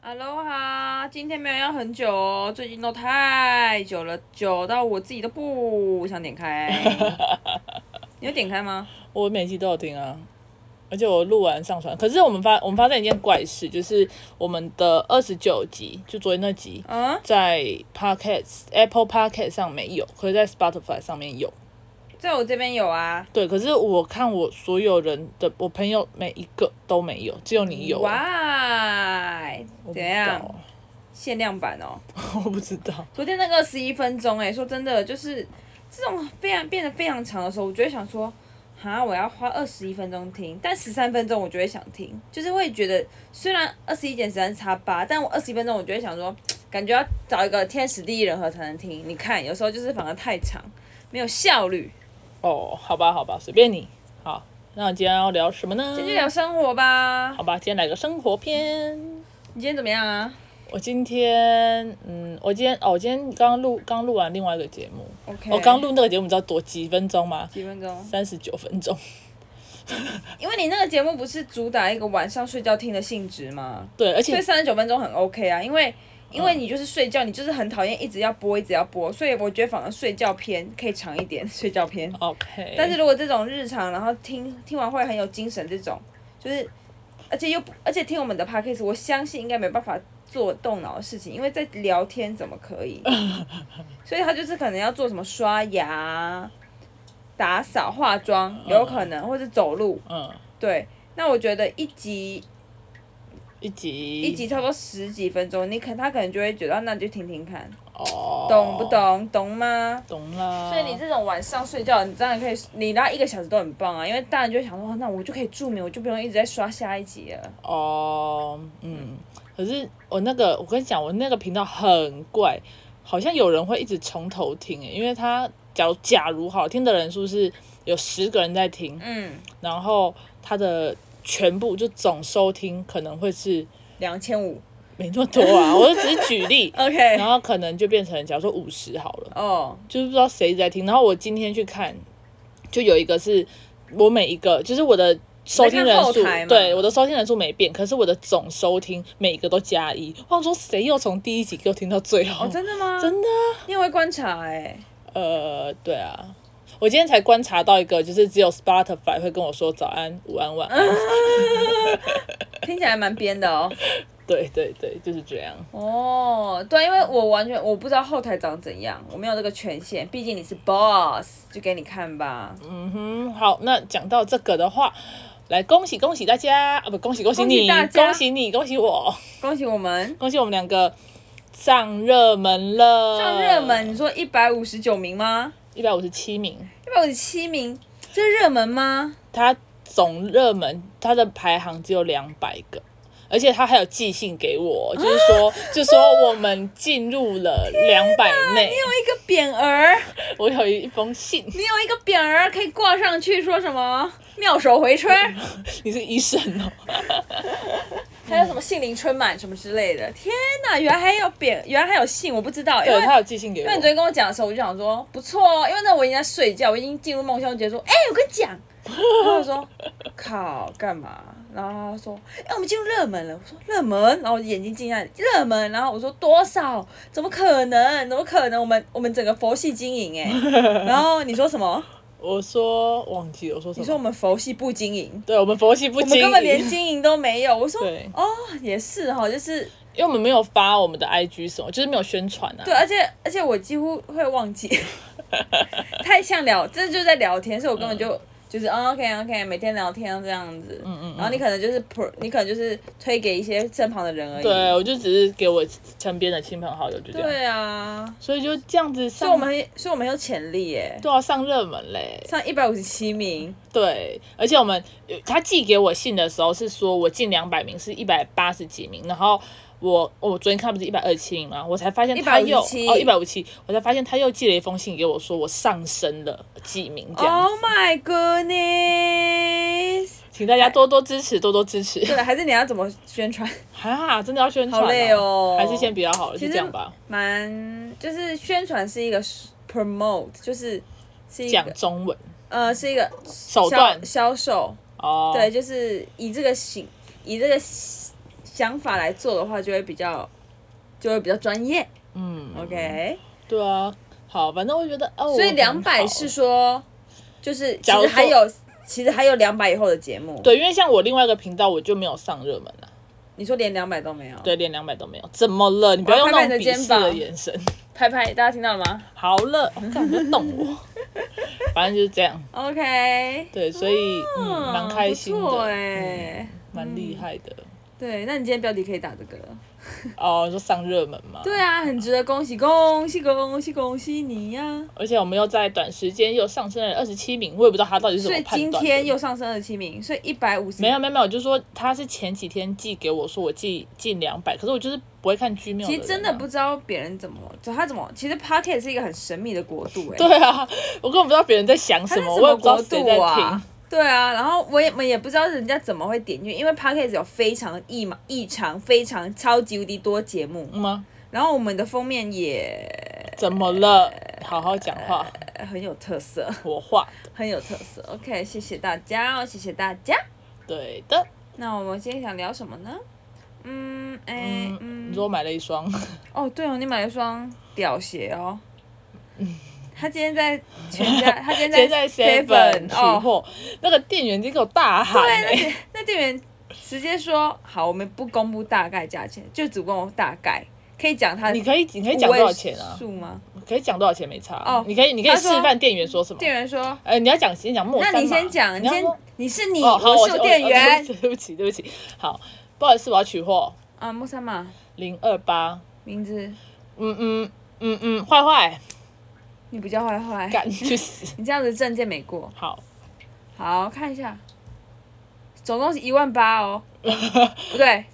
Aloha，今天没有要很久哦，最近都太久了，久到我自己都不想点开。 你有点开吗？我每期都有听啊，而且我录完上传。可是我们发我们发现一件怪事，就是我们的二十九集，就昨天那集，嗯，在 Podcast Apple Podcast 上没有，可是在 Spotify 上面有。在我这边有啊。对，可是我看我所有人的，我朋友每一个都没有，只有你有啊。 Why？我不怎知道样？限量版哦。 我不知道。昨天那个十一分钟，哎，说真的，就是这种非常变得非常长的时候，我就会想说，哈，我要花二十一分钟听，但十三分钟我就会想听，就是会觉得虽然二十一减十三差八，但我二十一分钟我就会想说，感觉要找一个天时地利人和才能听。你看，有时候就是反而太长，没有效率。哦，好吧，好吧，随便你。好，那今天要聊什么呢？今天聊生活吧，好吧，今天来个生活篇。你今天怎么样啊我今天，嗯，我今天，哦，我今天刚录，刚录完另外一个节目。 ？OK，我刚录那个节目，你知道多几分钟吗？几分钟，三十九分钟。 因为你那个节目不是主打一个晚上睡觉听的性质吗？对，而所以且三十九分钟很 OK 啊，因为因为你就是睡觉，你就是很讨厌一直要播，一直要播，所以我觉得反而睡觉篇可以长一点， 睡觉哦篇。 OK，但是如果这种日常，然后听听完会很有精神，这种就是，而且又不而且听我们的 podcast，我相信应该没办法做动脑的事情，因为在聊天怎么可以？所以他就是可能要做什么刷牙、打扫、化妆，有可能，或者走路。嗯，对，那我觉得一集一集一集差不多十几分钟，你可他可能就会觉得，啊那你就听听看，哦，懂不？懂？懂吗？懂啦。所以你这哦种晚上睡觉，你当然可以，你拉一个小时都很棒啊，因为大人就会想说，哦那我就可以助眠，我就不用一直在刷下一集了。哦，嗯，可是我那个，我跟你讲，我那个频道很怪，好像有人会一直从头听欸，因为他假如假如好听的人数是有十个人在听，嗯，然后他的全部就总收听可能会是两千五，没那么多啊，我就只是举例，OK， 然后可能就变成假如说五十好了。哦，就是不知道谁在听。然后我今天去看，就有一个是我每一个，就是我的收听人数你在看后台吗，对我的收听人数没变，可是我的总收听每一个都加一。我想说，谁又从第一集给我听到最后？哦，真的吗？真的啊、你很会观察哎、呃，对啊。我今天才观察到一个，就是只有 Spotify 会跟我说早安、午安、晚安。听起来蛮编的 哦。对对对，就是这样。哦，对，因为我完全我不知道后台长怎样，我没有这个权限，毕竟你是 boss，就给你看吧。嗯，好，那讲到这个的话，来恭喜恭喜大家啊！不，恭喜恭喜恭喜你，大家恭喜你，恭喜我。恭喜我们。恭喜我们两个上热门了，上热门，你说一百五十九名吗？一百五十七名，一百五十七名，这是热门吗？它总热门它的排行只有两百个。而且它还有寄信给啊我，就是说，就说我们进入了两百内。有一个匾额，我有一封信，你有一个匾额可以挂上去，说什么妙手回春，你是医生哦。还有什么杏林春满什么之类的。天哪，原来还有匾，原来还有信，我不知道，因对，为他有寄信给因为你昨我。天跟我讲的时候，我就想说不错哦，因为那我已经在睡觉，我已经进入梦乡，我直接说，哎、我跟你讲，然后我 说靠干嘛？然后他说，哎、我们进入热门了。我说热门，然后我眼睛进来热门，然后我说多少？怎么可能？怎么可能？我们我们整个佛系经营哎、 然后你说什么？我说忘记了我说什你说我么？们佛系不经营。对我们佛系不我们经根本连营，经营都没有。我说对哦，也是哈、就是因为我们没有发我们的 IG 什么，就是没有宣传啊。对，而且而且我几乎会忘 记，太像聊，这就是在聊天，所以我根嗯本就、就是、哦、OK OK，每天聊天这样子，嗯嗯，然后你可能就是 pro，你可能就是推给一些身旁的人而已，对，我就只是给我身边的亲朋好友就这样。对啊，所以就这样子所上，以我们很所以我们很有潜力耶，都要上热门嘞。上一百五十七名，对，而且我们呃他寄给我信的时候是说我进两百名是一百八十几名，然后我我昨天看不是一百二七名吗？我才发现他又157哦一百五七，我才发现他又寄了一封信给我说我上升了几名这样子 Oh my goodness！请大家多多支持，多多支持。对了，还是你要怎么宣传？ 哈，真的要宣 传、好累哦还是先比较好了，其就实这样吧。蛮就是宣传是一个 promote，就是是一讲个中文呃是一个手段销销售。哦，对，就是以这个形，以这个形想法来做的话，就会比较就会比较专业。嗯 OK，、对啊，好，反正我觉得哦，所以很两百好是说，就是其嗯假如实说还有其实还有两百以后的节目。，对，因为像我另外一个频道我就没有上热门啊，你说连两百都没有？，对，连两百都没有，怎么了？你不要我要用拍那拍种你的鄙肩视膀的眼神。拍拍，大家听到了吗好了， 我感觉懂我， 反正就是这样。 ？OK，对，所以嗯，蛮开心啊不错的，哎、蛮厉害的。对，那你今天标题可以打这个。哦，就上热门嘛。嗯对啊，很值得恭喜，恭喜恭喜恭喜你呀、而且我们又在短时间又上升了二十七名，我也不知道他到底是怎所么以判今断的。天又上升二十七名，所以一百五十没有没有没有，就是说他是前几天寄给我说我寄近两百，可是我就是不会看 Gmail 其实人啊真的不知道别人怎么，就他怎么，其实 Pocket 是一个很神秘的国度、欸，哎， 对啊，我根本不知道别人在想它什是么，什我么也不知道国谁在度听啊。？对啊，然后我也我也不知道人家怎么会点进去，因为 Pocket 有非常异嘛异常非常超级无敌多节目，嗯吗？然后我们的封面也怎么了？好好讲话，呃很有特色， 我画的，很有特色。OK，谢谢大家哦，谢谢大家。对的。那我们今天想聊什么呢？嗯，哎、嗯，你说我买了一双， 哦，对哦，你买了一双屌鞋哦。他今天在全 家，他今直接天嗯在 Seven Seven 取哦，货，那个店员直接给我大喊对，那啊欸，店那店员直接说好，我们不公布大概价钱，就只公布大概，可以讲他你可以你可以讲多少钱啊？数吗？可以讲多少钱没差啊哦你可以你可以他示说范店员说什么？店员说，呃，你要讲先讲莫那三嘛你先讲，你要先说你是你，哦，好，我是先我店员哦对不起对不起，好，不好意思，我要取货啊，木三嘛，零二八，名字嗯嗯嗯嗯，坏坏，你不叫坏坏，干去死，你这样子证件没过。好，好看一下，总共是一万八哦，不对，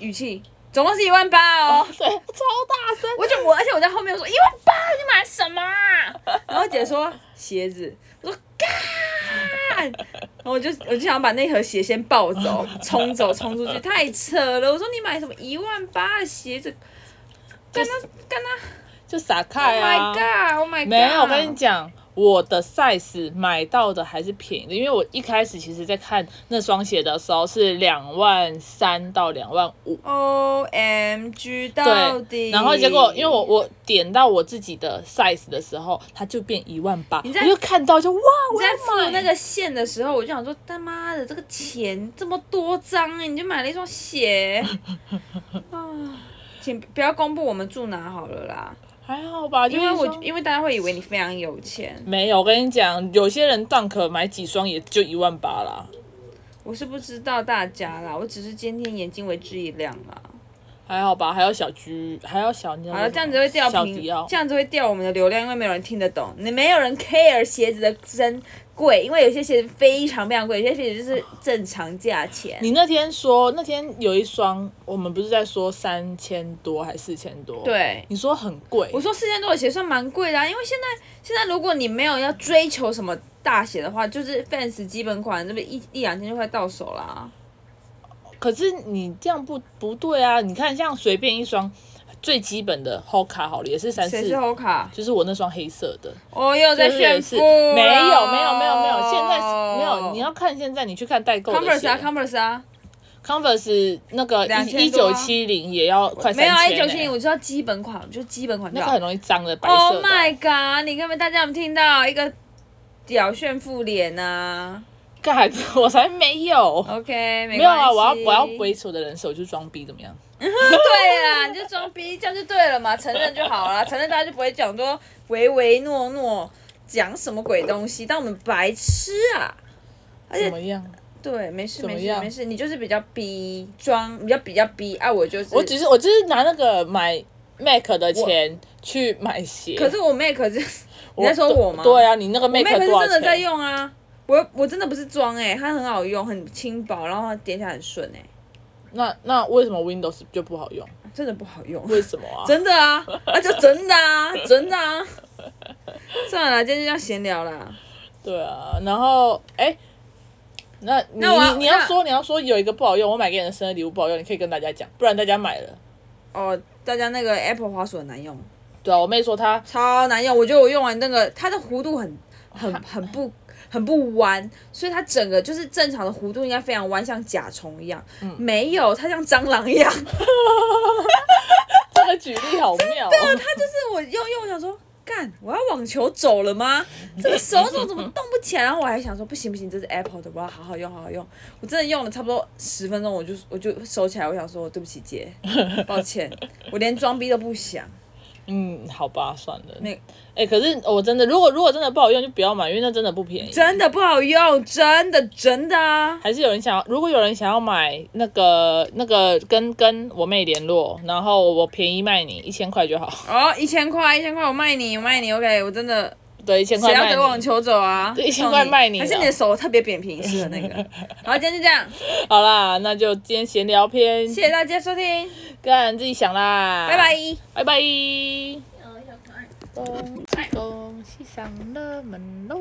语气总共是一万八哦。对，超大声，我就我，而且我在后面我说一万八，你买什么啊？然后姐说鞋子，我说干，然后我就我就想把那盒鞋先抱 走，冲走冲出去，太扯了。我说你买什么一万八的鞋子？干他干他就撒开啊！Oh my god! Oh my god! 没有，我跟你讲，我的 size 买到的还是便宜的，因为我一开始其实在看那双鞋的时候是两万三到两万五。 O M G 到底，对，然后结果因为我我点到我自己的 size 的时候，它就变一万八，我你在就看到就哇，我我在要付买那个线的时候，我就想说，他妈的，这个钱这么多张哎、你就买了一双鞋啊！请不要公布我们住哪好了啦，还好吧，因就为是我说因为大家会以为你非常有钱，没有，我跟你讲，有些人 Dunk 买几双也就一万八啦。我是不知道大家啦，我只是今天眼睛为之一亮啦。还好吧，还有小居，还有小妞。好了，这样子会掉小屏迪奥，，这样子会掉我们的流量，因为没有人听得懂，你没有人 care 鞋子的真贵，因为有些鞋子非常非常贵，有些鞋子就是正常价钱。你那天说那天有一双，我们不是在说三千多还四千多？，对，你说很贵，我说四千多的鞋算蛮贵的、啊，因为现在现在如果你没有要追求什么大鞋的话，就是 Vans 基本款，这么一一两千就快到手啊啦、可是你这样不不对啊！你看像随便一双最基本的 Hoka 好了，也是三谁四是，Hoka？就是我那双黑色的，哦，又在就是也炫是富啊没了。哦有没有没有没有没有，现在没有，你要看现在你去看代购的 Converse 啊鞋，Converse 啊， ，Converse 那个一一2000九多啊七零也要快没有啊，三一九七千零，欸，我知道基本款，就基本款就那个好。很容易脏的白 Oh 色的。 my god！你看没？大家有没有听到一个屌炫富脸啊干， 我才没有。 ？OK，没没有啊，我要关系我要猥琐的人手就装逼怎么样？对啦，你就装逼，这样就对了嘛，承认就好 了，承认大家就不会讲说唯唯诺诺，讲什么鬼东西，当我们白痴啊！而怎且呃么样？对，没事怎么没事样没事，你就是比较逼装，比较比较逼啊，我就是。我只是我只是拿那个买 Mac 的钱去买鞋。可是我妹可 是你在说我吗？对，啊，你那个我 Mac 妹可是多少真的在钱？用啊，我我真的不是装哎、它很好用，很轻薄，然后它点起来很顺哎、那那为什么 Windows 就不好用？真的不好用。为什么啊？ 真的啊，那就真的 啊，真的啊。算了啦，今天就这样闲聊啦。对啊，然后哎、那你那我要你你要那说你要说有一个不好用，我买给你的生日礼物不好用，你可以跟大家讲，不然大家买了。哦，大家那个 Apple 滑鼠很难用，对啊，我妹说她超难用。我觉得我用完那个，它的弧度很很很不很不弯，所以它整个就是正常的弧度应该非常弯，像甲虫一样，没有，它像蟑螂一样。这个举例 好妙、哦。就是我用用我想说，干，我要网球肘了吗？这个手肘怎么动不起来？然后我还想说，不行不行，这是 Apple 的，我要好好用，好好用。我真的用了差不多十分钟，我就我就收起来，我想说，哦对不起姐，抱歉，我连装逼都不想。嗯，好吧，算了。那哎、可是我真的，如果如果真的不好用，就不要买，因为那真的不便宜。真的不好用，真的真的啊！还是有人想要，如果有人想要买那个那个跟跟我妹联络，然后我便宜卖你一千块就好， 哦，一千块，一千块，我卖你，我卖你，OK，我真的对，一千块谁要卖给网你。球肘啊？对1000块卖你还是你的手特别扁平，适合那个。好，今天就这样，好啦，那就今天闲聊篇，谢谢大家收听，干自己想啦，拜拜。拜拜。有小可爱。恭喜恭喜上了门喽！哦